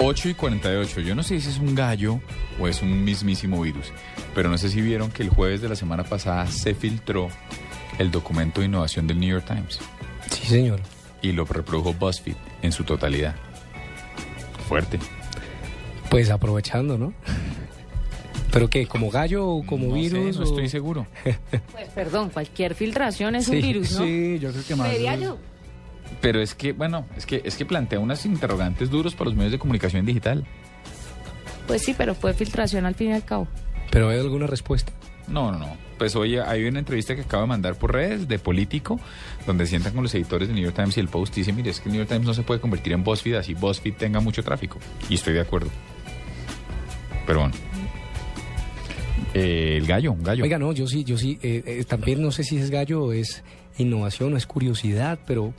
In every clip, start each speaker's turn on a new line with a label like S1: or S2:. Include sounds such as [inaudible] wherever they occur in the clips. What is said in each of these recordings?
S1: 8 y 48. Yo no sé si es un gallo o es un mismísimo virus, pero no sé si vieron que el jueves de la semana pasada se filtró el documento de innovación del New York Times
S2: Sí, señor.
S1: y lo reprodujo BuzzFeed en su totalidad. Fuerte.
S2: Pues aprovechando, ¿no? ¿Pero qué? ¿Como gallo o como
S1: No sé,
S2: virus?
S1: no
S2: o-
S1: estoy seguro.
S3: Pues perdón, cualquier filtración es
S2: Sí,
S3: un virus, ¿no?
S4: Sí, yo creo que más.
S3: Creería
S4: es-
S3: yo.
S1: Pero es que, bueno, es que, es que plantea unas interrogantes duros para los medios de comunicación digital.
S3: Pues sí, pero fue filtración al fin y al cabo.
S2: ¿Pero hay alguna respuesta?
S1: No, no, no. Pues hoy hay una entrevista que acabo de mandar por redes de político, donde sientan con los editores del New York Times y el Post y dicen, mire, es que el New York Times no se puede convertir en BuzzFeed así BuzzFeed tenga mucho tráfico. Y estoy de acuerdo. Pero bueno. Eh, el gallo, un gallo.
S2: Oiga, no, yo sí, yo sí, eh, eh, también no sé si es gallo o es innovación o es curiosidad, pero,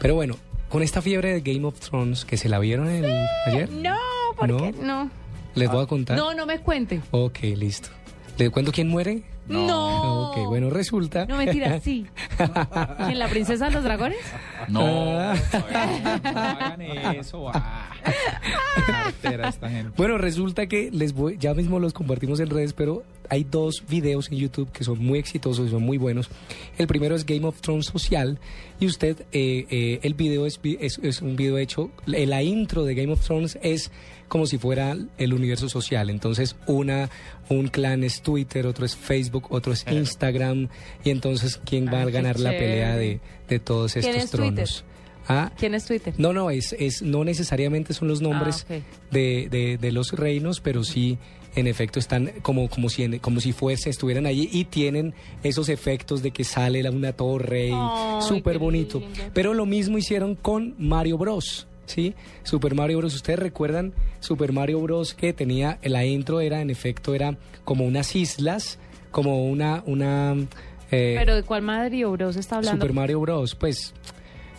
S2: pero bueno, con esta fiebre de Game of Thrones que se la vieron el- ayer,
S3: No, porque no.
S2: les voy a contar.
S3: No, no me cuente.
S2: Ok, listo. ¿Les cuento quién muere?
S3: No.
S2: Ok, bueno, resulta...
S3: No mentira,
S2: [laughs]
S3: sí. ¿En la princesa de los dragones?
S1: No,
S2: Ah.
S1: oiga, no hagan eso.
S2: [laughs]
S1: ah. Cartera esta gente.
S2: Bueno, resulta que les voy, ya mismo los compartimos en redes, pero hay dos videos en YouTube que son muy exitosos y son muy buenos. El primero es Game of Thrones Social y usted, eh, eh, el video es, vi- es, es un video hecho, eh, la la intro de Game of Thrones es como si fuera el universo social. Entonces, una, un clan es Twitter, otro es Facebook, otro es Instagram y entonces, ¿quién va
S3: Ay,
S2: a
S3: Ah, qué
S2: ganar la pelea de,
S3: chévere.
S2: de todos
S3: ¿Quién
S2: estos
S3: es Twitter?
S2: tronos? Ah,
S3: ¿Quién es Twitter?
S2: no, no, es, es, no necesariamente son los nombres
S3: Ah, ok.
S2: de, de- de los reinos, pero sí, en efecto, están como, como, si, en- como si fuese, estuvieran allí y tienen esos efectos de que sale la- una torre, y
S3: Ay,
S2: súper
S3: qué
S2: bonito.
S3: lindo.
S2: Pero lo mismo hicieron con Mario Bros. ¿Sí? Super Mario Bros. Ustedes recuerdan Super Mario Bros. que tenía la intro, era en efecto, era como unas islas, como una. una eh,
S3: ¿Pero de cuál Mario Bros está hablando?
S2: Super Mario Bros. Pues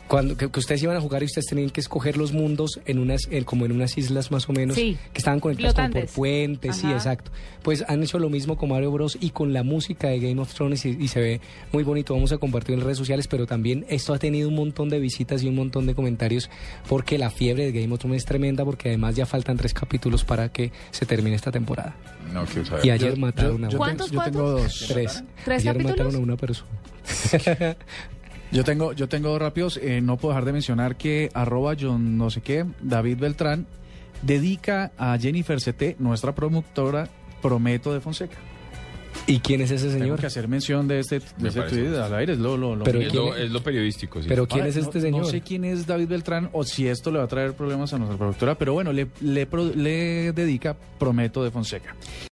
S2: cuando que, que ustedes iban a jugar y ustedes tenían que escoger los mundos en unas en- como en unas islas más o menos
S3: Sí.
S2: que estaban conectadas como por
S3: Flotantes.
S2: puentes, sí,
S3: Ajá.
S2: exacto. Pues han hecho lo mismo con Mario Bros y con la música de Game of Thrones y, y se ve muy bonito. Vamos a compartir en redes sociales, pero también esto ha tenido un montón de visitas y un montón de comentarios porque la fiebre de Game of Thrones es tremenda porque además ya faltan tres capítulos para que se termine esta temporada.
S1: No, quiero saber.
S2: Y ayer
S4: yo-
S2: mataron a
S4: yo, yo
S2: una.
S3: ¿Cuántos,
S4: tengo- Yo tengo dos.
S2: Tres.
S3: ¿Tres
S2: ayer
S3: capítulos?
S2: mataron a una persona.
S4: Yo tengo, yo tengo dos rápidos. Eh, no puedo dejar de mencionar que arroba John no sé qué, David Beltrán, dedica a Jennifer CT, nuestra productora, Prometo de Fonseca.
S2: ¿Y quién es ese
S4: Tengo
S2: señor?
S4: que hacer mención de este, de
S1: Me
S4: ese
S1: parece
S4: tweet
S1: justo.
S4: al aire. Es lo, lo, lo
S2: Pero
S4: mío.
S1: es,
S2: ¿quién
S1: lo,
S2: es?
S1: es lo periodístico, sí.
S2: Pero quién es
S4: Ahora,
S2: este
S4: no-
S2: señor?
S4: No sé quién es David Beltrán o si esto le va a traer problemas a nuestra productora, pero bueno, le, le, pro- le dedica Prometo de Fonseca.